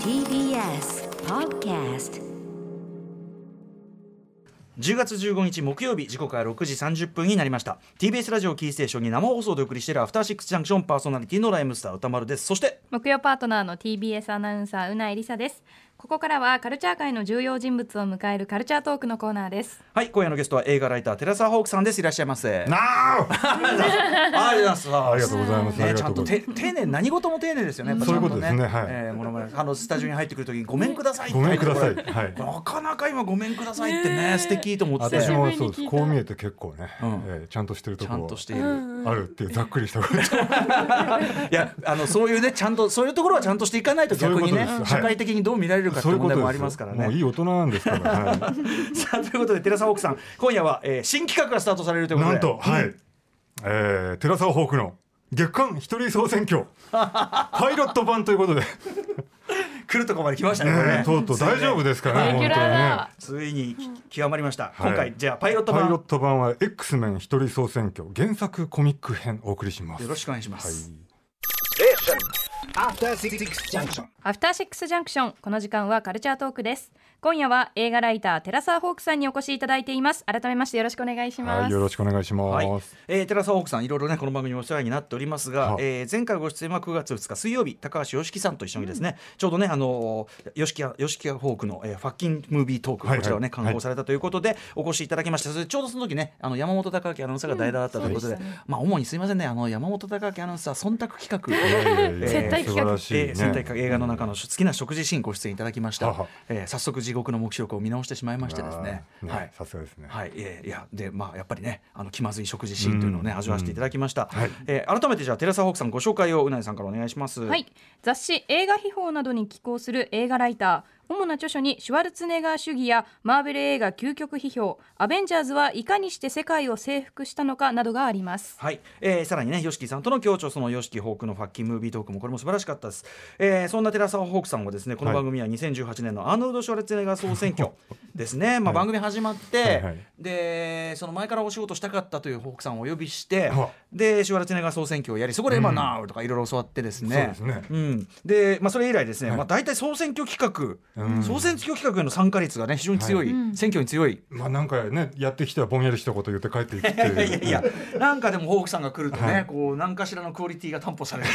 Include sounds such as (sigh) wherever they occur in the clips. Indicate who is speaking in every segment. Speaker 1: TBS Podcast
Speaker 2: 10月15日木曜日時刻は6時30分になりました TBS ラジオキーステーションに生放送でお送りしているアフターシックスジャンクションパーソナリティのライムスター歌丸ですそして
Speaker 3: 木曜パートナーの TBS アナウンサーうないりさですここからはカルチャー界の重要人物を迎えるカルチャートークのコーナーです
Speaker 2: はい今夜のゲストは映画ライター寺澤ホークさんですいらっしゃいませ
Speaker 4: なあ、
Speaker 2: ありがとうございます
Speaker 4: ありがとうございます。あ
Speaker 2: ね、
Speaker 4: り
Speaker 2: ち
Speaker 4: が
Speaker 2: ゃ
Speaker 4: と
Speaker 2: んと
Speaker 4: うござい
Speaker 2: て丁寧に何事も丁寧ですよね。やっぱ
Speaker 4: そういうことですね
Speaker 2: ちゃん
Speaker 4: はい
Speaker 2: えーものまねあのスタジオに入ってくるときにごめんください。
Speaker 4: ごめんく
Speaker 2: (laughs)
Speaker 4: ださい
Speaker 2: って
Speaker 4: はい
Speaker 2: なかなか今ごめんくださいってね素敵と思っ
Speaker 4: ます
Speaker 2: て。
Speaker 4: 私
Speaker 2: ち
Speaker 4: もそうです。こう見えて結構ね、
Speaker 2: うん
Speaker 4: えーちゃんとしてるとこ
Speaker 2: ゃんとしている。
Speaker 4: あるっていうざっくりしたこ
Speaker 2: (laughs) い
Speaker 4: と。
Speaker 2: やあのそういうねちゃんとそういうところはちゃんとしていかないと逆にね
Speaker 4: そういうことです
Speaker 2: 社会的にどう見られるかって
Speaker 4: そういうこ
Speaker 2: 問題も
Speaker 4: とですよ。
Speaker 2: ありますから
Speaker 4: もう
Speaker 2: ね
Speaker 4: い。い大人なんですから。
Speaker 2: (laughs)
Speaker 4: は
Speaker 2: さあということで寺澤奥さん今夜は、えー新企画がスタートされるとい
Speaker 4: い、
Speaker 2: うこと
Speaker 4: な
Speaker 2: で。
Speaker 4: んと、はい。えー、寺沢ホークの月刊一人総選挙
Speaker 2: (laughs)
Speaker 4: パイロット版ということで、
Speaker 2: 来るとこまで来ましたね。これ
Speaker 4: ね
Speaker 2: ね、
Speaker 4: とうとう大丈夫ですかね、
Speaker 3: レ
Speaker 4: 本
Speaker 3: ギ
Speaker 4: 当
Speaker 3: ュ
Speaker 4: に
Speaker 3: ラ
Speaker 4: ね
Speaker 3: ーだ。
Speaker 2: ついにき極まりました。
Speaker 4: はい
Speaker 2: 今回じゃあパイロット
Speaker 4: パイ
Speaker 2: 版
Speaker 4: ロット版は X メン一人総選挙原作コミック編お送りします。
Speaker 2: よろしくお願いします。
Speaker 5: After Six Junction.
Speaker 3: アフターシックスジャンクションこの時間はカルチャートークです今夜は映画ライター寺澤ホークさんにお越しいただいています改めましてよろしくお願いします、
Speaker 4: はい、よろしくお願いします。
Speaker 2: はいえー、寺澤奥さんいろいろねこの番組お世話になっておりますが、
Speaker 4: はい
Speaker 2: えー前回ご出演は9月2日水曜日高橋良樹さんと一緒にですね、ちょうどねあのーよしきやよしきやフォークの、えーファッキンムービートーク、
Speaker 4: はいはい
Speaker 2: こちらをね刊行されたということで、お越しいただきましたそれでちょうどその時ねあの山本貴明アナウンサーが代打だったということで,、まあ主にすいませんねあの山本貴明アナウンサー忖度企画
Speaker 4: えー
Speaker 2: 接待
Speaker 3: 企画
Speaker 4: 素晴らしいね
Speaker 2: えー、戦隊映画の中の好きな食事シーンご出演いただきました、
Speaker 4: はは
Speaker 2: えー早速地獄の目視録を見直してしまいましてですね
Speaker 4: あー
Speaker 2: はい
Speaker 4: さすがですね。
Speaker 2: はい、えーいやでまあやっぱりねあの気まずい食事シーンというのをね、味わわせていただきました、
Speaker 4: はい
Speaker 2: えー改めてじゃあ寺澤ホークさんご紹介をうなえさんからお願いします
Speaker 3: はい、雑誌「映画秘宝」などに寄稿する映画ライター主な著書に「シュワルツェネガー主義」や「マーベル映画究極批評」「アベンジャーズはいかにして世界を征服したのか」などがあります。
Speaker 2: はい、えーさらにね YOSHIKI さんとの協調その YOSHIKI ホークのファッキンムービートークもこれも素晴らしかったです、えーそんな寺澤ホークさんはですねこの
Speaker 4: はい
Speaker 2: 番組は2018年のアーノルド・シュワルツェネッガー総選挙です
Speaker 4: (laughs)
Speaker 2: ね、まあ、番組始まって、
Speaker 4: はいはい
Speaker 2: でその前からお仕事したかったというホークさんをお呼びして
Speaker 4: は
Speaker 2: でシュワルツェネッガー総選挙をやりそこで「まあなとかいろいろ教わってですね
Speaker 4: そうですね
Speaker 2: うんでまあ、それ以来ですね、
Speaker 4: はい
Speaker 2: まあ、大体総選挙企画、
Speaker 4: うん
Speaker 2: 総選挙企画への参加率がね非常に強い、選挙に強い
Speaker 4: まあなんかねやってきてはぼんやりしたこと言って帰っていくってい
Speaker 2: (laughs)
Speaker 4: う。
Speaker 2: いやいやいや
Speaker 4: (laughs) ね、
Speaker 2: なんかでもホークさんが来るとね、
Speaker 4: はい
Speaker 2: こう何かしらのクオリティが担保される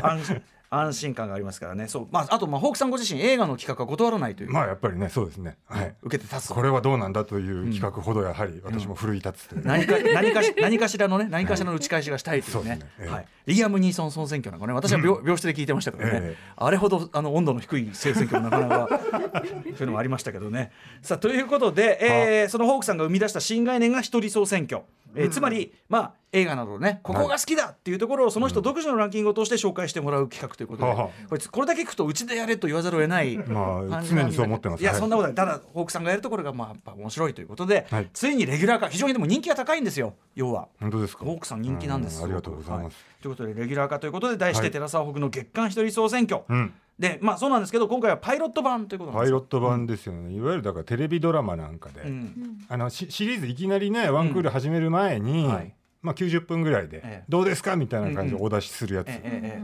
Speaker 2: と安心安心感がありますからね。そう、まああとまあホークさんご自身映画の企画は断らないという、
Speaker 4: まあやっぱりねそうですね。はい。
Speaker 2: 受けて立つ
Speaker 4: こ。れはどうなんだという企画ほどやはり私も奮い立つという、
Speaker 2: 何か何かし何かしらのね何かしらの打ち返しがしたいという
Speaker 4: は
Speaker 2: ね
Speaker 4: いそうですねええ
Speaker 2: はい、リアム・ニーソン総選挙なんかね私は病,、病室で聞いてましたからね、
Speaker 4: ええ
Speaker 2: あれほどあの温度の低い政選挙もなかなかそういうのもありましたけどね。さあということで、えーそのホークさんが生み出した新概念が一人総選挙、えーつまり、まあ、映画などねここが好きだっていうところをその人独自のランキングを通して紹介してもらう企画ということで、
Speaker 4: はあは
Speaker 2: これこれだけ聞くとうちでやれと言わざるを得ない
Speaker 4: まあ
Speaker 2: 感じなんだけど
Speaker 4: 常にそう思ってます
Speaker 2: いや
Speaker 4: はい
Speaker 2: そんなことないただホークさんがやるところがまあやっぱ面白いということで、
Speaker 4: はい
Speaker 2: ついにレギュラー化非常にでも人気が高いんですよ要は。
Speaker 4: 本当ですか
Speaker 2: ホークさん人気なんです
Speaker 4: うありがとうございま
Speaker 2: は
Speaker 4: す、
Speaker 2: ということでレギュラー化ということで題して
Speaker 4: はい
Speaker 2: 寺澤北の月刊一人総選挙、
Speaker 4: うん
Speaker 2: でまあそうなんですけど今回はパイロット版ということなん
Speaker 4: パ
Speaker 2: で
Speaker 4: イ
Speaker 2: す
Speaker 4: ロット版ですよね、いわゆるだからテレビドラマなんかで、
Speaker 2: うん
Speaker 4: あのシシリーズいきなりねワンクール始める前に、
Speaker 2: うんはい
Speaker 4: まあ、90分ぐらいで、
Speaker 2: ええ
Speaker 4: どうですかみたいな感じでお出しするやつ、
Speaker 2: えええ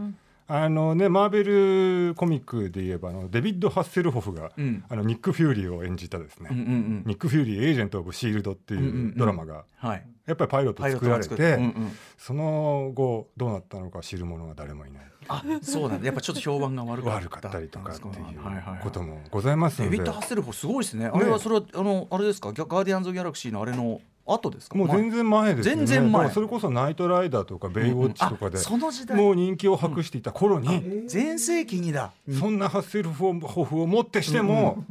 Speaker 4: あのね、マーベルコミックで言えばあのデビッド・ハッセルホフが、
Speaker 2: うん
Speaker 4: あのニック・フューリーを演じたですね、
Speaker 2: えうんうんうん
Speaker 4: ニック・フューリー・エージェント・オブ・シールドって
Speaker 2: んうんう
Speaker 4: いうんドラマが
Speaker 2: はい
Speaker 4: やっぱりパイロット
Speaker 2: パイロッ
Speaker 4: 作
Speaker 2: ト
Speaker 4: ら
Speaker 2: が
Speaker 4: れ
Speaker 2: 作
Speaker 4: て
Speaker 2: ってうんうん
Speaker 4: その後どうなったのか知る者は誰もいない
Speaker 2: あそうなんだやっぱちょっと評判が悪かった
Speaker 4: 悪かったりとかっていう
Speaker 2: はいはいはい
Speaker 4: こともございます
Speaker 2: デ
Speaker 4: の
Speaker 2: ビ
Speaker 4: で
Speaker 2: ッド・ハッセルホフすごいですねあれはそれはあのあれですかギャガーディアンズ・ギャラクシーのあれの後ですか
Speaker 4: もう全然前ですよね
Speaker 2: 全然前
Speaker 4: だからそれこそ「ナイト・ライダー」とか「ベイ・ウォッチ」とかで
Speaker 2: あその時代
Speaker 4: もう人気を博していた頃に
Speaker 2: 全盛期にだ
Speaker 4: そんなハッセルホフをもってしても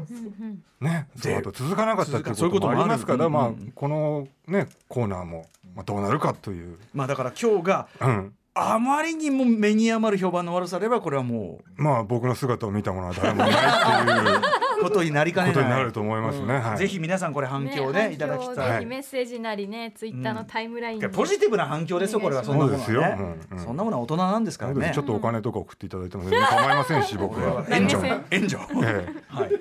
Speaker 4: ねその後続かなかったっていうこともありますか
Speaker 2: そういうこと
Speaker 4: ら
Speaker 2: もあ
Speaker 4: ま
Speaker 2: る
Speaker 4: あこのねコーナーもまあどうなるかという。
Speaker 2: まあだから今日が
Speaker 4: うん
Speaker 2: あまりにも目に余る評判の悪さであればこれはも
Speaker 4: まあ僕の姿を見た者は誰もいないってい
Speaker 2: (laughs)
Speaker 4: う
Speaker 2: うことになりかねない
Speaker 4: ことになると思いますね
Speaker 2: うん
Speaker 4: はい
Speaker 2: ぜひ皆さんこれ反響
Speaker 6: ね
Speaker 2: ねいただきた
Speaker 6: 反
Speaker 2: い
Speaker 6: 響
Speaker 4: は
Speaker 6: ぜ
Speaker 4: い
Speaker 6: ひメッセージなりね、ツイッターのタイムラインに、
Speaker 2: ポジティブな反響ですよ、これは。そんなものは
Speaker 4: そうですよ
Speaker 2: ね
Speaker 4: うんうん
Speaker 2: そんなものは大人なんですか
Speaker 4: な
Speaker 2: ら
Speaker 4: ので
Speaker 2: ね (laughs)
Speaker 4: ちょ。っとお金とか送っていただいても全然構いませんし僕は。
Speaker 2: 援助、援助。
Speaker 4: ええ
Speaker 2: はい。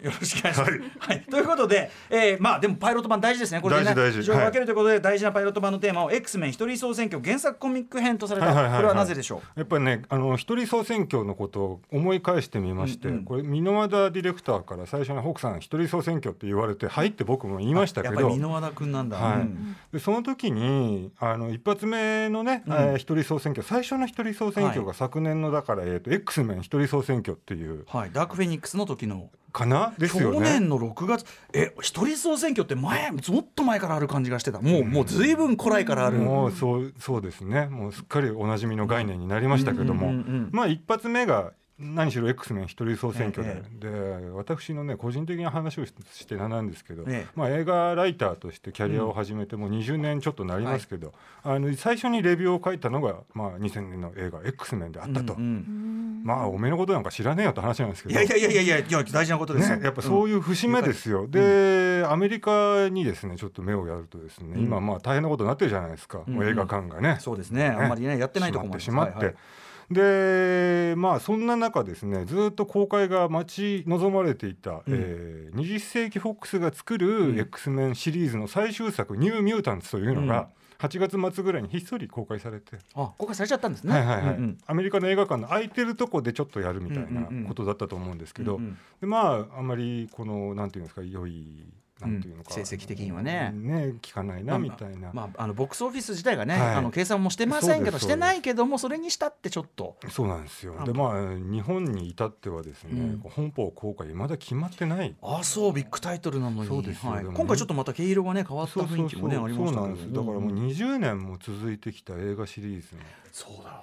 Speaker 2: よろしくお願いします。はい、ということで、えーまあでもパイロット版大事ですね。これでね、
Speaker 4: 大事大事
Speaker 2: 情報を分けるということで、大事なパイロット版のテーマを X メン一人総選挙原作コミック編とされた。
Speaker 4: はいはいはいはい
Speaker 2: これはなぜでしょう。
Speaker 4: やっぱりねあの一人総選挙のことを思い返してみまして、
Speaker 2: うんうん
Speaker 4: これ箕輪田ディレクターから最初に「北さん一人総選挙」って言われて「はい」って僕も言いましたけ
Speaker 2: やっぱり
Speaker 4: ど
Speaker 2: 箕。輪田君なんだ。
Speaker 4: は
Speaker 2: う
Speaker 4: い
Speaker 2: ん
Speaker 4: でその時にあの一発目のね、
Speaker 2: うん
Speaker 4: えー一人総選挙最初の一人総選挙
Speaker 2: は
Speaker 4: が昨年のだから、えー、と X メン一人総選挙っていう
Speaker 2: はい、ダークフェニックスの時の。
Speaker 4: かなですよ
Speaker 2: 去
Speaker 4: ね。
Speaker 2: 年の6月、え、一人総選挙って前、もっと前からある感じがしてた。もう、もうずいぶん古来からある。
Speaker 4: もうそうそうですねもうすっかりおなじみの概念になりましたけども、
Speaker 2: うんうんうんうん
Speaker 4: まあ一発目が何しろ X メン一人総選挙で
Speaker 2: え,、
Speaker 4: で私のね個人的な話をししてなんですけど、
Speaker 2: ええ
Speaker 4: まあ、映画ライターとしてキャリアを始めてもう20年ちょっとなりますけど、あの最初にレビューを書いたのが、まあ、2000年の映画 X メンであったと、
Speaker 2: うんうん
Speaker 4: まあおめえのことなんか知らねえよって話なんですけ
Speaker 2: い
Speaker 4: ど
Speaker 2: やいやいやいやいや、いや大事なことですよ。
Speaker 4: ね、やっぱそう
Speaker 2: い
Speaker 4: いう節目ですよ、で、アメリカにですねちょっと目をやるとですね、
Speaker 2: うん
Speaker 4: 今まあ大変なことになってるじゃないですか、
Speaker 2: うん
Speaker 4: もう映画館がね。
Speaker 2: そうですね。あんまりね、やってないとこもあり
Speaker 4: しまってしまって、
Speaker 2: はいはい
Speaker 4: でまあそんな中ですねずっと公開が待ち望まれていた、えー20世紀フォックスが作
Speaker 2: うん
Speaker 4: る X メンシリーズの最終作「ニューミュータンツ」というのが、8月末ぐらいにひっそり公開されて、
Speaker 2: あ、公開されちゃったんですね。
Speaker 4: はいはいはい
Speaker 2: うんうん
Speaker 4: アメリカの映画館の空いてるとこでちょっとやるみたい
Speaker 2: うん
Speaker 4: な
Speaker 2: うんうん
Speaker 4: ことだったと思うんですけど、
Speaker 2: うんうん
Speaker 4: でまああんまりこのなんていうんですか良いなんていうのか、
Speaker 2: うん成績的にはね
Speaker 4: ね聞かないなみたいな、
Speaker 2: まあ、あのボックスオフィス自体がね、
Speaker 4: はい
Speaker 2: あの計算もしてませんけ
Speaker 4: そう
Speaker 2: ど
Speaker 4: です
Speaker 2: してないけどもそれにしたってちょっと
Speaker 4: そうなんですよ
Speaker 2: あ
Speaker 4: でまあ日本に至ってはですね、
Speaker 2: うん
Speaker 4: 本邦公開まだ決まってない
Speaker 2: ああそうビッグタイトルなのに
Speaker 4: そうですよ
Speaker 2: はい
Speaker 4: でもね
Speaker 2: 今回ちょっとまた毛色がね変わった雰囲気もねありま
Speaker 4: そう
Speaker 2: した
Speaker 4: な
Speaker 2: けど
Speaker 4: んですだからもう20年も続いてきた映画シリーズの、
Speaker 2: そうだ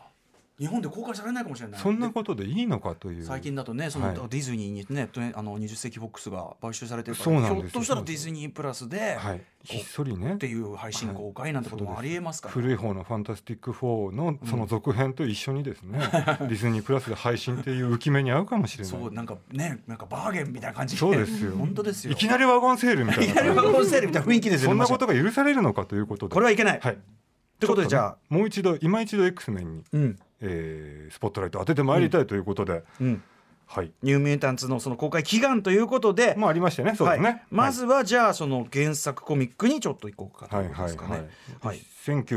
Speaker 2: 日本で公開されないかもしれない
Speaker 4: そんな
Speaker 2: で
Speaker 4: ことでいいのかという
Speaker 2: 最近だとねその、
Speaker 4: はい
Speaker 2: ディズニーにねとねあの20世紀フォックスが買収されてるか
Speaker 4: そう
Speaker 2: ら、
Speaker 4: なん
Speaker 2: ひ
Speaker 4: です
Speaker 2: ょっ
Speaker 4: よ
Speaker 2: としたらディズニープラスで、
Speaker 4: はいひっそりね
Speaker 2: っていう配信公開なんてこともありえますから、
Speaker 4: 古い方の「ファンタスティック4」のその続編と一緒にです
Speaker 2: (laughs)
Speaker 4: ね、ディズニープラスで配信っていう浮き目に合うかもしれない
Speaker 2: そうなんかねなんかバーゲンみたいな感じ
Speaker 4: そうですよ
Speaker 2: 本当ですよ
Speaker 4: いきなりワゴンセールみたい
Speaker 2: い
Speaker 4: な
Speaker 2: きなりワゴンセールみたいな雰囲気ですよね
Speaker 4: そんなこ
Speaker 2: まさ
Speaker 4: とが許されるのかということ
Speaker 2: に
Speaker 4: で
Speaker 2: これはいけない、
Speaker 4: はい
Speaker 2: っ、てことでじゃあ、
Speaker 4: もう一度今一度 X メンに、
Speaker 2: うん
Speaker 4: えースポットライト当ててまいりたいということで、
Speaker 2: うん
Speaker 4: はい
Speaker 2: ニューミュータンツのその公開祈願ということで、
Speaker 4: まあありましてねそうですね、
Speaker 2: はいまずはじゃあその原作コミックにちょっといこうかと
Speaker 4: はいいう
Speaker 2: こと
Speaker 4: は
Speaker 2: です
Speaker 4: い
Speaker 2: か
Speaker 4: はい、
Speaker 2: ね。はい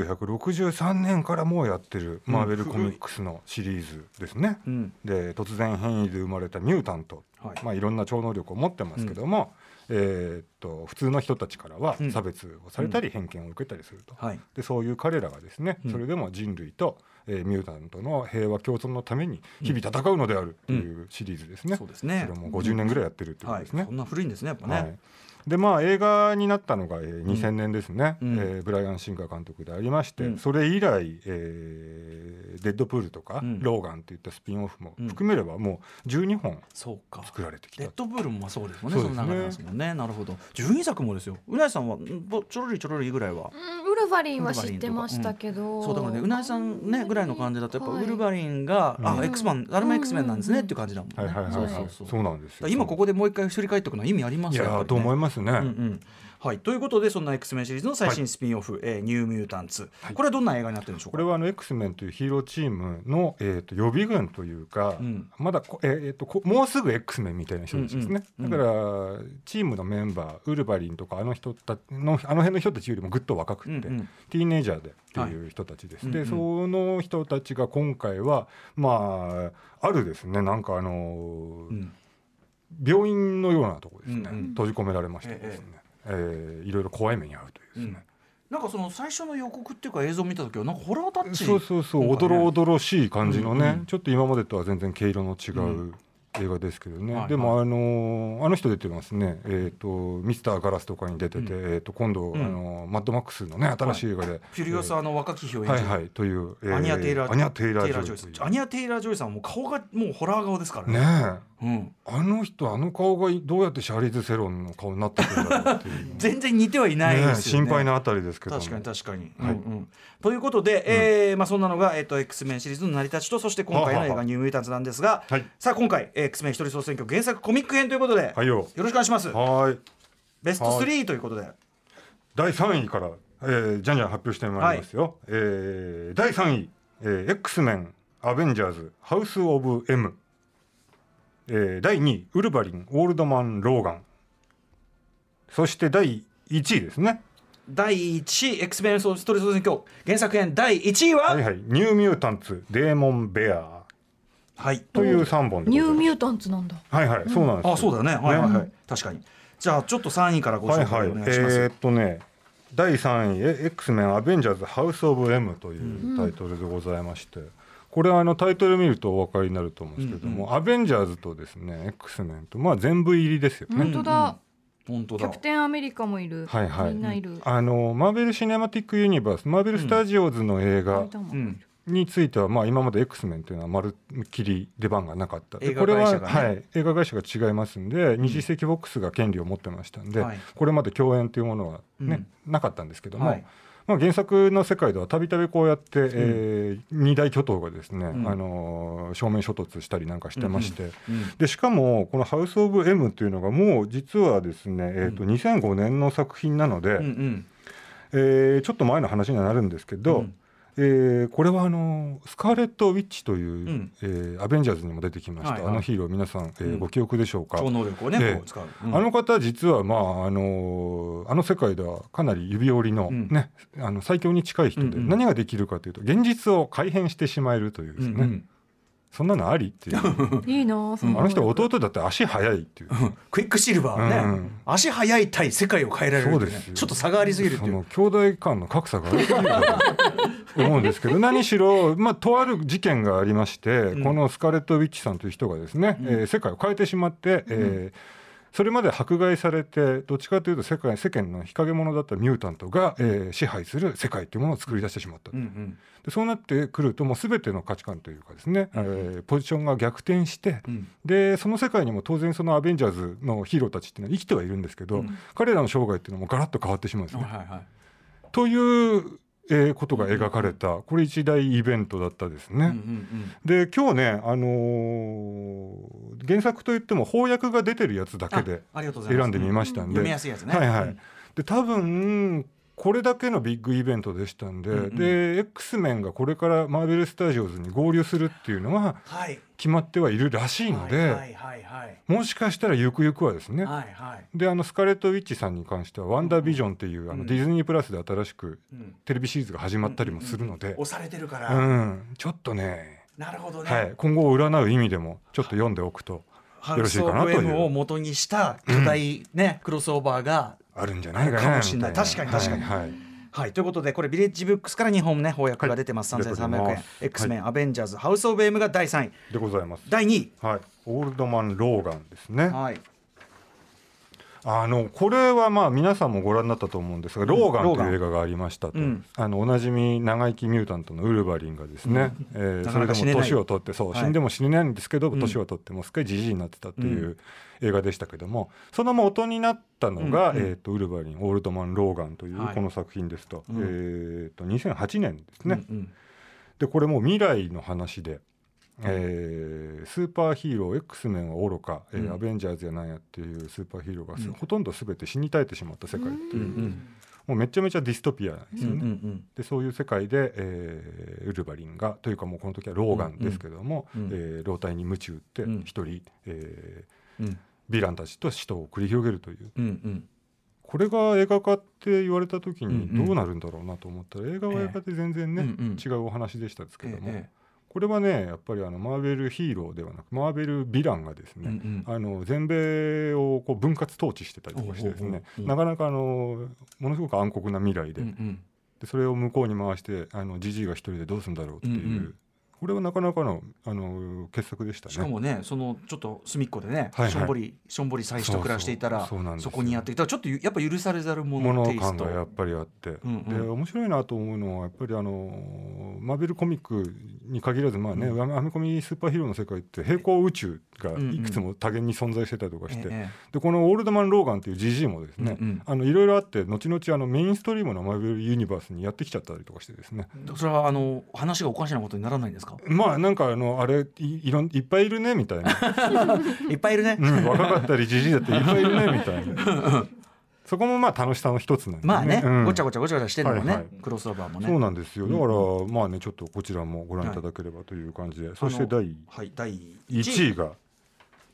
Speaker 4: 1963年からもうやってるマーベル
Speaker 2: うん
Speaker 4: コミックスのシリーズですね、
Speaker 2: うん
Speaker 4: で突然変異で生まれたミュータント、
Speaker 2: はい
Speaker 4: いまあ、いろんな超能力を持ってますけども、えーっと普通の人たちからは
Speaker 2: うん
Speaker 4: 差別をされたり偏見を受けたりすると、
Speaker 2: はい
Speaker 4: でそういう彼らがですね、
Speaker 2: うん
Speaker 4: それでも人類と、えーミュータントの平和共存のために日々戦うのであるというシリーズですね、
Speaker 2: そうですね
Speaker 4: それも50年ぐらいやってるってこと
Speaker 2: は
Speaker 4: で
Speaker 2: い、
Speaker 4: すね、
Speaker 2: そんな古いんですねやっぱね、
Speaker 4: はい、でまあ映画になったのが、えー2000年ですね、
Speaker 2: うん
Speaker 4: えーブライアン・シンガー監督でありまして、
Speaker 2: うん
Speaker 4: それ以来、えーデッドプール」とか、
Speaker 2: うん
Speaker 4: ローガン」といったスピンオフも含めればもう12本
Speaker 2: そうか
Speaker 4: 作られてきた、
Speaker 2: デッドブールもまあそうですもんね
Speaker 4: そ
Speaker 2: そう
Speaker 4: ですね
Speaker 2: の流れなんですもんねなるほど12作もですようなえさんはんぼちょろりちょろりぐらいは
Speaker 6: うんウルヴァリンは知ってましたけど。
Speaker 2: そうだからねうなえさんねぐらいの感じだとやっぱ
Speaker 6: はい
Speaker 2: ウルヴァリンが、
Speaker 4: う
Speaker 2: あ
Speaker 4: ん
Speaker 2: X マンあれも X メンなんですねっていう感じだもんね、
Speaker 4: はいはいはい、
Speaker 2: そ
Speaker 4: は
Speaker 2: う
Speaker 4: い
Speaker 2: そ
Speaker 4: そうう
Speaker 2: そう
Speaker 4: なんです
Speaker 2: だか
Speaker 4: よ
Speaker 2: ら今ここでもう一回振り返っておくのは意味ありま
Speaker 4: い
Speaker 2: すよ
Speaker 4: や
Speaker 2: や
Speaker 4: ー
Speaker 2: っぱ
Speaker 4: と
Speaker 2: りね
Speaker 4: 思いますね、
Speaker 2: うんうんはい、ということでそんな X メンシリーズの最新スピンオフ「えーニューミュータンツ」これはどんな映画になってるんでしょう
Speaker 4: こ
Speaker 2: か
Speaker 4: れはあの X メンというヒーローチームの、えー、と予備軍というか、
Speaker 2: うん
Speaker 4: まだこ、えーえーとこもうすぐ X メンみたいな人たちですね、
Speaker 2: うんうん
Speaker 4: だからチームのメンバーウルヴァリンとかあの人たのあの辺の人たちよりもぐっと若くて、
Speaker 2: うんうん
Speaker 4: ティーネイジャーでっていう人たちです、
Speaker 2: はい
Speaker 4: で、
Speaker 2: うんうん
Speaker 4: その人たちが今回はまああるですねなんかあのー
Speaker 2: うん
Speaker 4: 病院のようなところですね、
Speaker 2: うんうん
Speaker 4: 閉じ込められましてですね、えーいろいろ怖い目に遭うというですね、
Speaker 2: なんかその最初の予告っていうか映像を見た時はなんかホラータッチ
Speaker 4: そうそうそう、
Speaker 2: 今
Speaker 4: おど
Speaker 2: 回ね
Speaker 4: ろおどろしい感じのね、
Speaker 2: うんうん
Speaker 4: ちょっと今までとは全然毛色の違う
Speaker 2: うん
Speaker 4: 映画ですけどね、
Speaker 2: はいはい
Speaker 4: でもあのーあの人出てますね、えー、とミスターガラスとかに出てて、
Speaker 2: う
Speaker 4: えー、と今度、
Speaker 2: ん
Speaker 4: あのーマッドマックスのね新しい映画で、
Speaker 2: フィリオスあの若き日を
Speaker 4: え
Speaker 2: 演じ
Speaker 4: ーはい
Speaker 2: る、
Speaker 4: はいという、え
Speaker 2: アニア・テイラー・
Speaker 4: アニアテイラージ
Speaker 2: テ
Speaker 4: ョ
Speaker 2: イ
Speaker 4: イ
Speaker 2: ジョ
Speaker 4: とい
Speaker 2: イ
Speaker 4: う
Speaker 2: スアニア・テイラー・ジョイさんはもう顔がもうホラー顔ですからね
Speaker 4: ねえ
Speaker 2: うん、
Speaker 4: あの人あの顔がいどうやってシャーリーズ・セロンの顔になってくるんだろうってい
Speaker 2: (laughs)
Speaker 4: う
Speaker 2: 全然似てはいない
Speaker 4: ね
Speaker 2: で
Speaker 4: え
Speaker 2: すよ
Speaker 4: 心
Speaker 2: ね
Speaker 4: 配なあたりですけども
Speaker 2: 確かに確かに、
Speaker 4: はい
Speaker 2: うんうんということで、えーまあ、そんなのが、えっと X メンシリーズの成り立ちとそして今回の映
Speaker 4: はは
Speaker 2: 画「
Speaker 4: は
Speaker 2: ニューミュータンツ」なんですが、
Speaker 4: はい
Speaker 2: さあ今回 X メン一人総選挙原作コミック編ということで、
Speaker 4: はい
Speaker 2: よ
Speaker 4: よ
Speaker 2: ろしくお願いします
Speaker 4: はーい
Speaker 2: ベスト
Speaker 4: はい
Speaker 2: 3ということで
Speaker 4: 第3位から、えーじゃんじゃん発表してまいりますよ、えー第3位、えー、X メンアベンジャーズハウス・オブ・ M えー第2位ウルヴァリンオールドマン・ローガンそして第1位ですね
Speaker 2: 第1位、エクスペンスストレス総選挙、原作編第1位は、
Speaker 4: はいはいニューミュータンツデーモン・ベア
Speaker 2: はい
Speaker 4: という3本でございます
Speaker 6: ニューミュータンツなんだ。
Speaker 4: はいはいそうなんですよ
Speaker 2: あ、そうだね。はいはいはい。確かに。じゃあちょっと3位からご紹
Speaker 4: はいはい
Speaker 2: 介お、願いします。
Speaker 4: えーっとね第3位え「X メンアベンジャーズハウス・オブ・ M」というタイトルでございまして、これはあのタイトル見るとお分かりになると思うんですけども、アベンジャーズとですね X メンと、まあ、全部入りですよね。
Speaker 3: 本当だ、
Speaker 2: 本当
Speaker 3: キャ
Speaker 2: だ
Speaker 3: プ。テンアメリカもいる、
Speaker 4: はいはい
Speaker 3: みんないる、
Speaker 4: あのマーベル・シネマティック・ユニバースマーベル・スタジオズの映画
Speaker 3: 間も
Speaker 2: うん。
Speaker 4: については、まあ、今まで X メンというのはまるっきり出番がなかったで
Speaker 2: 映画
Speaker 4: これは
Speaker 2: 会社がね
Speaker 4: はい、映画会社が違いますんで二次席ボックスが権利を持ってましたんで、
Speaker 2: はい
Speaker 4: これまで共演というものは、ねなかったんですけども、
Speaker 2: はい
Speaker 4: まあ、原作の世界ではたびたびこうやって、えー二大巨頭がですね、
Speaker 2: ん
Speaker 4: あのー正面衝突したりなんかしてまして、
Speaker 2: うん
Speaker 4: でしかもこの「ハウス・オブ・ M」というのがもう実はですね、えー、と2005年の作品なので、
Speaker 2: うんうん。
Speaker 4: えーちょっと前の話にはなるんですけど、
Speaker 2: うん
Speaker 4: えーこれはあのスカーレット・ウィッチという、
Speaker 2: ん
Speaker 4: えーアベンジャーズにも出てきました、
Speaker 2: はいはい
Speaker 4: あのヒーロー皆さん、えー
Speaker 2: うん
Speaker 4: ご記憶でしょうか。
Speaker 2: 超能力を
Speaker 4: え
Speaker 2: ね、
Speaker 4: え
Speaker 2: こう使う。うん
Speaker 4: あの方実は、まああのあの世界ではかなり指折りの,、
Speaker 2: うん
Speaker 4: ね、あの最強に近い人で、
Speaker 2: うんうん
Speaker 4: 何ができるかというと現実を改変してしまえるというで
Speaker 2: う
Speaker 4: すね、
Speaker 2: んうん
Speaker 4: そんなのあり
Speaker 2: (laughs)
Speaker 4: っていうあ
Speaker 6: いいなあ、そ
Speaker 4: の人は弟だって足速いっていう。
Speaker 2: クイックシルバ
Speaker 4: う
Speaker 2: ーね
Speaker 4: ん。
Speaker 2: 足速い対世界を変えられるって
Speaker 4: そう
Speaker 2: ね
Speaker 4: です。よ
Speaker 2: ちょっと差がありすぎるって
Speaker 4: そ
Speaker 2: いう
Speaker 4: の。兄弟間の格差があると
Speaker 2: (laughs)
Speaker 4: 思うんですけど何しろ、まあ、とある事件がありまして、
Speaker 2: ん
Speaker 4: このスカーレット・ウィッチさんという人がですね、えー世界を変えてしまって、えーそれまで迫害されてどっちかというと世界世間の日陰者だったミュータントが、えー支配する世界というものを作り出してしまった、
Speaker 2: うんうん
Speaker 4: でそうなってくるともう全ての価値観というかですね、えーポジションが逆転して、
Speaker 2: ん
Speaker 4: でその世界にも当然そのアベンジャーズのヒーローたちっていうのは生きてはいるんですけど、
Speaker 2: うん
Speaker 4: 彼らの生涯っていうのもガラッと変わってしまうんです
Speaker 2: はい
Speaker 4: ね。
Speaker 2: はいはい。
Speaker 4: という、えーことが描かれた、これ一大イベントだったですね。
Speaker 2: うんうん
Speaker 4: で今日ね、あのー原作といっても翻訳が出てるやつだけで
Speaker 2: あありがとうございます
Speaker 4: 選んでみましたんで
Speaker 2: 読みやすいやつね
Speaker 4: はいはい
Speaker 2: うん
Speaker 4: で多分これだけのビッグイベントでしたんで、
Speaker 2: うんうん
Speaker 4: で X メンがこれからマーベル・スタジオズに合流するっていうのは
Speaker 2: はい。
Speaker 4: 決まってはいるらしいので、
Speaker 2: はいはいはい
Speaker 4: もしかしたらゆくゆくはですね、
Speaker 2: はい。はいはい。
Speaker 4: であのスカーレット・ウィッチさんに関しては「ワンダービジョン」っていう、あ
Speaker 2: う
Speaker 4: の
Speaker 2: ん
Speaker 4: ディズニープラスで新しく
Speaker 2: うん
Speaker 4: テレビシリーズが始まったりもするので、
Speaker 2: 押されてるか
Speaker 4: う
Speaker 2: ら。
Speaker 4: ん、ちょっとね、
Speaker 2: なるほどね。
Speaker 4: はい、今後を占う意味でもちょっと読んでおくと
Speaker 2: ハ
Speaker 4: よ
Speaker 2: ウ
Speaker 4: ろしい
Speaker 2: ス・
Speaker 4: か
Speaker 2: オ
Speaker 4: なと
Speaker 2: ブ・
Speaker 4: いう
Speaker 2: M を元にした巨大ね、クロスオーバーが
Speaker 4: あるんじゃないかな
Speaker 2: かもしれない
Speaker 4: みた
Speaker 2: 確かに確かに
Speaker 4: はいはい
Speaker 2: はい、ということで、これ、ビレッジブックスから日本ね、翻訳が出てます、
Speaker 4: はい
Speaker 2: 3300円、
Speaker 4: ありがと
Speaker 2: X
Speaker 4: うございます
Speaker 2: メン、アベンジャーズ、ハウス・オブ・エムが第3位、
Speaker 4: でございます。
Speaker 2: 第2位、
Speaker 4: はい、オールドマン・ローガンですね。
Speaker 2: はい、
Speaker 4: あのこれはまあ皆さんもご覧になったと思うんですが「ローガ
Speaker 2: ロ
Speaker 4: ン」
Speaker 2: ー
Speaker 4: と
Speaker 2: ガン
Speaker 4: いう映画がありましたと、
Speaker 2: うん
Speaker 4: あのおなじみ長生きミュータントのウルヴァリンがですね、え
Speaker 2: な
Speaker 4: ーそ
Speaker 2: か
Speaker 4: れ
Speaker 2: なか
Speaker 4: でも
Speaker 2: 死ねない
Speaker 4: 年を取ってそう
Speaker 2: はい
Speaker 4: 死んでも死ねないんですけど
Speaker 2: ん
Speaker 4: 年を取ってもうすっかりじじいになってたっていうう映画でしたけどもその元になったのが、
Speaker 2: うんうん
Speaker 4: えー、とウルヴァリン「オールドマン・ローガン」という
Speaker 2: はい
Speaker 4: この作品ですと,、
Speaker 2: うん
Speaker 4: えー、と2008年ですね。
Speaker 2: うんうん
Speaker 4: でこれもう未来の話で、えースーパーヒーロー X メンはおろか、えー
Speaker 2: うん
Speaker 4: アベンジャーズやなんやっていうスーパーヒーローがす、
Speaker 2: うん
Speaker 4: ほとんど全て死に絶えてしまった世界っ
Speaker 2: う
Speaker 4: て
Speaker 2: ん
Speaker 4: いう、
Speaker 2: うん
Speaker 4: もうめちゃめちゃディストピアなんです
Speaker 2: うん
Speaker 4: よ
Speaker 2: う
Speaker 4: ね。
Speaker 2: ん
Speaker 4: でそういう世界で、えーウルヴァリンがというかもうこの時はローガンですけども、
Speaker 2: うんうん
Speaker 4: えー老体に鞭打って
Speaker 2: うん
Speaker 4: 一人、え
Speaker 2: うんうん
Speaker 4: ーヴィランたちと死闘を繰り広げるという
Speaker 2: うんうん
Speaker 4: これが映画化って言われた時
Speaker 2: うんう
Speaker 4: に
Speaker 2: ん
Speaker 4: どうなるんだろうなと思ったら、映画は映画で全然ね、
Speaker 2: ええうんうん
Speaker 4: 違うお話でしたですけ
Speaker 2: え
Speaker 4: ども、
Speaker 2: え
Speaker 4: これはねやっぱりあのマーベルヒーローではなくマーベルヴィランがです
Speaker 2: うんう
Speaker 4: ね、
Speaker 2: ん
Speaker 4: あの全米をこう分割統治してたりとかしてですね
Speaker 2: おうおうおう
Speaker 4: なかなかあのものすごく暗黒な未来で,、
Speaker 2: うんうん
Speaker 4: でそれを向こうに回してあのジジイが一人でどうするんだろうっていう、
Speaker 2: うんうん
Speaker 4: これはなかなかのあの傑作でしたね。
Speaker 2: しかもね、そのちょっと隅っこでね、
Speaker 4: はいはい
Speaker 2: しょんぼり、しょんぼり妻子と暮らしていたら、
Speaker 4: そうそうそうなんですよ
Speaker 2: こにやってきたら、ちょっとやっぱ許されざるも
Speaker 4: も
Speaker 2: のテ
Speaker 4: の
Speaker 2: イス
Speaker 4: 感
Speaker 2: ト
Speaker 4: が。やっぱりあって、
Speaker 2: うんうん
Speaker 4: で面白いなと思うのはやっぱりあのマーベルコミックに限らずまあね、アメコミスーパーヒーローの世界って平行宇宙がいくつも多元に存在してたりとかして、
Speaker 2: ええ
Speaker 4: でこのオールドマン・ローガンっていうジジイもですね、
Speaker 2: うんうん
Speaker 4: あのいろいろあって後々あのメインストリームのマーベル・ユニバースにやってきちゃったりとかしてですね
Speaker 2: それはあの話がおかしなことにならないんですか
Speaker 4: まあなんかあのあれいいろんいっぱいいるねみたい
Speaker 2: (laughs)
Speaker 4: な、
Speaker 2: いっぱいいるね。
Speaker 4: うん若かったりジジイだっていっぱいいるねみたいなそこもまあ楽しさの一つなんで
Speaker 2: まあね、
Speaker 4: うん
Speaker 2: ごちゃごちゃごちゃごちゃしてるのもね、
Speaker 4: はいはい
Speaker 2: クロスオーバーもね。
Speaker 4: そうなんですよだから、
Speaker 2: う
Speaker 4: まあねちょっとこちらもご覧いただければという感じで、そし
Speaker 2: あ
Speaker 4: て
Speaker 2: の
Speaker 4: 第
Speaker 2: はい、第
Speaker 4: 1位
Speaker 2: 位
Speaker 4: が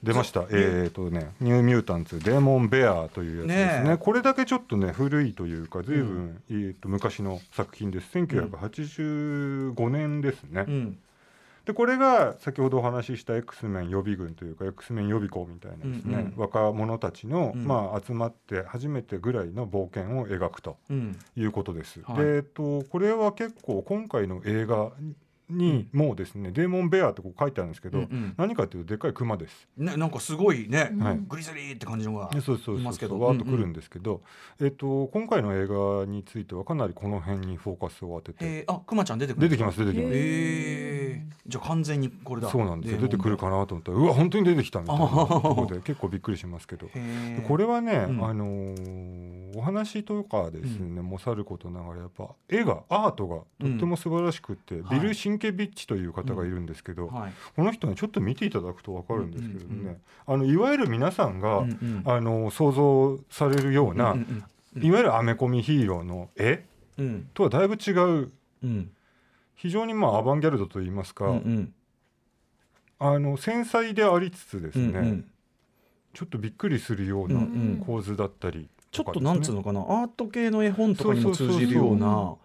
Speaker 4: 出ました、えーとね、ニューミュータンツ、デーモン・ベアーというやつですね
Speaker 2: ねえ
Speaker 4: これだけちょっとね、古いというか、ずいぶん、えーと昔の作品です、1985年ですね。
Speaker 2: うん
Speaker 4: でこれが先ほどお話しした X メン予備軍というか X メン予備校みたいなですね、
Speaker 2: うんうん
Speaker 4: 若者たちの、
Speaker 2: うん
Speaker 4: まあ、集まって初めてぐらいの冒険を描くと
Speaker 2: うん
Speaker 4: いうことです。
Speaker 2: はい
Speaker 4: でえっとこれは結構今回の映画にもですね、デーモン・ベアってこう書いてあるんですけど、
Speaker 2: うんうん
Speaker 4: 何かというとでっかいクマです。
Speaker 2: ね、なんかすごいね、
Speaker 4: はい
Speaker 2: グリズリーって感じのが
Speaker 4: ねそうそう
Speaker 2: い
Speaker 4: そ
Speaker 2: ま
Speaker 4: う
Speaker 2: すけ
Speaker 4: そ
Speaker 2: ど
Speaker 4: うわーっとくるんですけど、えっと今回の映画についてはかなりこの辺にフォーカスを当てて
Speaker 2: えー、あクマちゃん出てくる
Speaker 4: 出てきます出てきます。
Speaker 2: えー、じゃあ完全にこれだ
Speaker 4: そうなんですよ出てくる
Speaker 2: ら
Speaker 4: かなと思ったらうわ本当に出てきたみたいな
Speaker 2: あはは
Speaker 4: ところで結構びっくりしますけどこれはね、
Speaker 2: うん
Speaker 4: あのーお話とかですね、もさることながらやっぱ絵がアートがとっても素晴らしくって、
Speaker 2: ん
Speaker 4: ビル・シンケビッチという方がいるんですけど、
Speaker 2: はい
Speaker 4: この人にちょっと見ていただくと分かるんですけどね、
Speaker 2: うんうんうん
Speaker 4: あのいわゆる皆さんが、
Speaker 2: うんうん
Speaker 4: あのー想像されるような、
Speaker 2: うんうん
Speaker 4: いわゆるアメコミヒーローの絵
Speaker 2: うん
Speaker 4: とはだいぶ違う
Speaker 2: うん
Speaker 4: 非常にまあアバンギャルドといいますか、
Speaker 2: うんうん
Speaker 4: あの繊細でありつつですね、
Speaker 2: うんうん
Speaker 4: ちょっとびっくりするよう
Speaker 2: う
Speaker 4: なん
Speaker 2: うん
Speaker 4: 構図だったり
Speaker 2: ちょっ
Speaker 4: か
Speaker 2: と
Speaker 4: ですね
Speaker 2: なんつうのかなアート系の絵本とかにも
Speaker 4: そ
Speaker 2: 通
Speaker 4: うそうそう
Speaker 2: じるような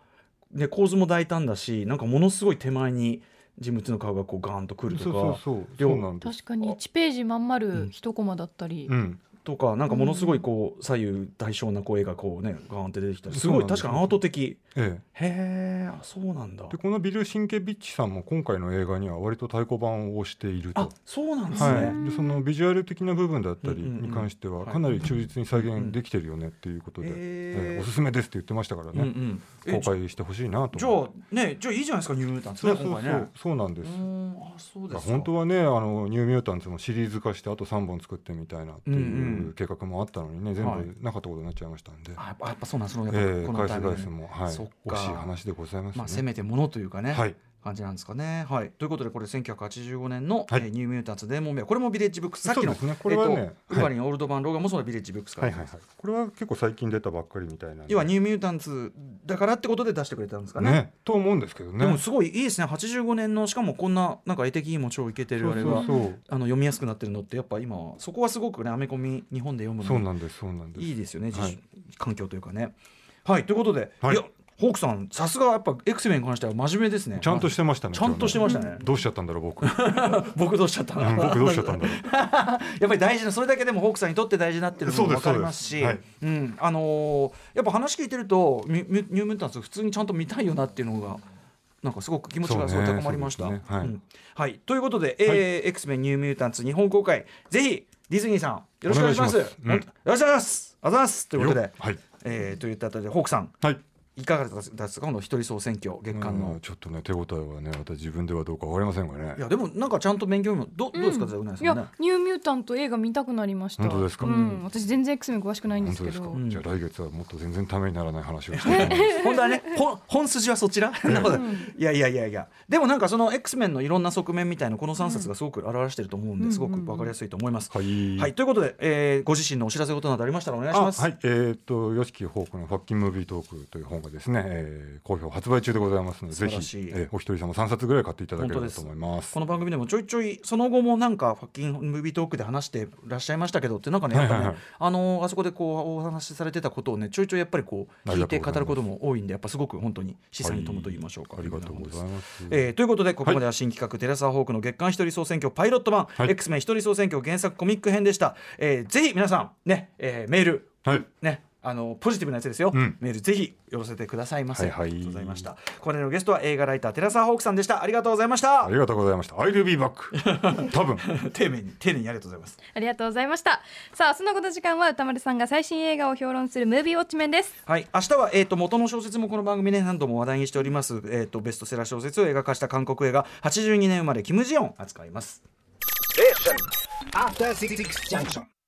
Speaker 2: ね構図も大胆だしなんかものすごい手前に人物の顔がこうガーンとくると
Speaker 4: そうそう
Speaker 2: か
Speaker 4: そう
Speaker 2: 量
Speaker 4: そうなんです
Speaker 6: 確かに1ページまん丸
Speaker 2: ん
Speaker 6: 一コマだったり、
Speaker 4: うん、
Speaker 2: とかなんかものすごいこう左右対称なこう絵がこうねガーンって出てきたりす
Speaker 4: そ
Speaker 2: ご
Speaker 4: う
Speaker 2: い
Speaker 4: なんです
Speaker 2: 確
Speaker 4: よ
Speaker 2: かにアート的
Speaker 4: え
Speaker 2: へえあそうなんだ
Speaker 4: え、でこのビル・シンケビッチさんも今回の映画には割と太鼓判を押している
Speaker 2: あ
Speaker 4: と。
Speaker 2: そうなんですね、
Speaker 4: はい、でそのビジュアル的な部分だったり
Speaker 2: うんうんうん
Speaker 4: に関しては
Speaker 2: はい
Speaker 4: かなり忠実に再現できてるよねっていうことで、
Speaker 2: うんうん
Speaker 4: え
Speaker 2: へー
Speaker 4: えおすすめですって言ってましたから
Speaker 2: うんう
Speaker 4: ね、
Speaker 2: んえ
Speaker 4: 公開してほしいなと
Speaker 2: じゃ
Speaker 4: 思って
Speaker 2: あねじゃあいいじゃないですかニューミュータンツ
Speaker 4: そ
Speaker 2: ね
Speaker 4: うそうそう、
Speaker 2: 今回ね
Speaker 4: そうなんです
Speaker 2: う、んあそうですか
Speaker 4: 本当はねあのニューミュータンツもシリーズ化してあと3本作ってみたいなって
Speaker 2: ん
Speaker 4: いううんう計画もあったのにね、
Speaker 2: はい
Speaker 4: 全部なかったことになっちゃいましたんで、
Speaker 2: あやっぱやっぱそうなんですそのやっぱ
Speaker 4: ええ
Speaker 2: この
Speaker 4: 返
Speaker 2: タイ
Speaker 4: す
Speaker 2: ミング
Speaker 4: 返すも、はい、
Speaker 2: そっか
Speaker 4: 惜しい話でございますね。
Speaker 2: まあ、せめてものというかね、
Speaker 4: はい
Speaker 2: 感じなんですかね。はい、ということでこれ1985年の、
Speaker 4: はい
Speaker 2: えーニューミュータンツ・デーモンベアこれもビレッジブックスさっきの、
Speaker 4: そうですねこれはね
Speaker 2: えーとウ
Speaker 4: はい
Speaker 2: バリン・オールドバン・ローガンもそのビレッジブックスか
Speaker 4: は
Speaker 2: ら、
Speaker 4: いはいはい、これは結構最近出たばっかりみたいなんで
Speaker 2: 要はニューミュータンツだからってことで出してくれたんですかね。
Speaker 4: ねと思うんですけどね
Speaker 2: でもすごいいいですね85年のしかもこんななんか絵的にも超イケてるあれが
Speaker 4: そうそうそう
Speaker 2: あの読みやすくなってるのってやっぱ今そこはすごくねアメコミ日本で読む
Speaker 4: そう
Speaker 2: の
Speaker 4: なんですそうなんです
Speaker 2: いいですよね、自主
Speaker 4: はい
Speaker 2: 環境というかね。はいということで、
Speaker 4: はい
Speaker 2: いやホークさんさすがやっぱエクセメンに関しては真面目ですね。
Speaker 4: ちゃんとしてましたね
Speaker 2: ちゃんとしてましたね
Speaker 4: 今日どうしちゃったんだろ
Speaker 2: (laughs)
Speaker 4: う僕うん
Speaker 2: 僕どうしちゃったの
Speaker 4: 僕どうしちゃったんだろう
Speaker 2: (laughs) やっぱり大事なそれだけでもホークさんにとって大事になってるのも
Speaker 4: そうで
Speaker 2: 分
Speaker 4: す
Speaker 2: かりますし
Speaker 4: そうです
Speaker 2: うんあのーやっぱ話聞いてるとミュミュニュームータンス普通にちゃんと見たいよなっていうのが。なんかすごく気持ちがすごい
Speaker 4: そうね
Speaker 2: 高まりました。
Speaker 4: そうですねはい
Speaker 2: んはいということで、えー X メンニューミュータンツ日本公開ぜひディズニーさんよろしくお願いします。
Speaker 4: お願いしますうん
Speaker 2: よろしくお願いします。あざっすということで
Speaker 4: よ、はい
Speaker 2: えーといったあたりでホークさん
Speaker 4: はい
Speaker 2: いかがだったですかこの一人総選挙月間
Speaker 4: う
Speaker 2: の
Speaker 4: ん。ちょっとね手応えはねまた自分ではどうかわかりませんがね
Speaker 2: いやでもなんかちゃんと勉強にもどどうですか、ザウナイさ
Speaker 6: い
Speaker 2: んね
Speaker 6: や。ニューミュータント映画見たくなりました
Speaker 4: 本当ですか
Speaker 6: うん、私全然 X メン詳しくないんで
Speaker 4: 本
Speaker 6: す
Speaker 4: 当
Speaker 6: け
Speaker 4: ですか、
Speaker 6: ど
Speaker 4: じゃあ来月はもっと全然ためにならない話をしていきます
Speaker 2: 本当はね本本筋はそちらそんなことないいやいやいやいやでもなんかその X メンのいろんな側面みたいなこの3冊がすごく表してると思うんですごく分かりやすいと思います。
Speaker 4: はい
Speaker 2: はい、ということで、えーご自身のお知らせことなどありましたらお願いします。
Speaker 4: あはい、えーっと、吉木ホークのファッキンムービートークという本がですね、えー好評発売中でございますので、
Speaker 2: 素晴
Speaker 4: ぜひ
Speaker 2: らしい、
Speaker 4: えーお一人様三冊ぐらい買っていただけ
Speaker 2: 本
Speaker 4: れ
Speaker 2: 当
Speaker 4: ば
Speaker 2: です
Speaker 4: と思います
Speaker 2: こ。の番組でもちょいちょいその後もなんかファッキンムービートークで話してらっしゃいましたけどってなんかねやっぱね、
Speaker 4: はいはいはい
Speaker 2: あのーあそこでこうお話しされてたことをねちょいちょいやっぱりこう
Speaker 4: あ
Speaker 2: 聞い
Speaker 4: りがと
Speaker 2: て
Speaker 4: うございます
Speaker 2: 語ることも多いんでやっぱすごく本当に示唆に富むと言いましょうか、
Speaker 4: ありがとうございます。
Speaker 2: えーということでここまでは新企画、テレサホークの月刊一人総選挙パイロット版、
Speaker 4: はい
Speaker 2: X メン一人総選挙原作コミック編でした、えーぜひ皆さんね、えーメール
Speaker 4: はい、
Speaker 2: ねあのポジティブなやつですよ、
Speaker 4: うん
Speaker 2: メールぜひ寄せてくださいませ、
Speaker 4: はいはい
Speaker 2: ありがとうございましたこれのゲストは映画ライターテラサホークさんでしたありがとうございました
Speaker 4: ありがとうございました。I'll be back。多分。
Speaker 2: (laughs) 丁寧に丁寧にありがとうございます
Speaker 3: ありがとうございましたさあ明日のこの時間は歌丸さんが最新映画を評論するムービーウォッチメンです
Speaker 2: はい、明日は、えー、と元の小説もこの番組で何度も話題にしております、えー、とベストセラー小説を映画化した韓国映画82年生まれキム・ジヨン扱います
Speaker 5: After Six Junction.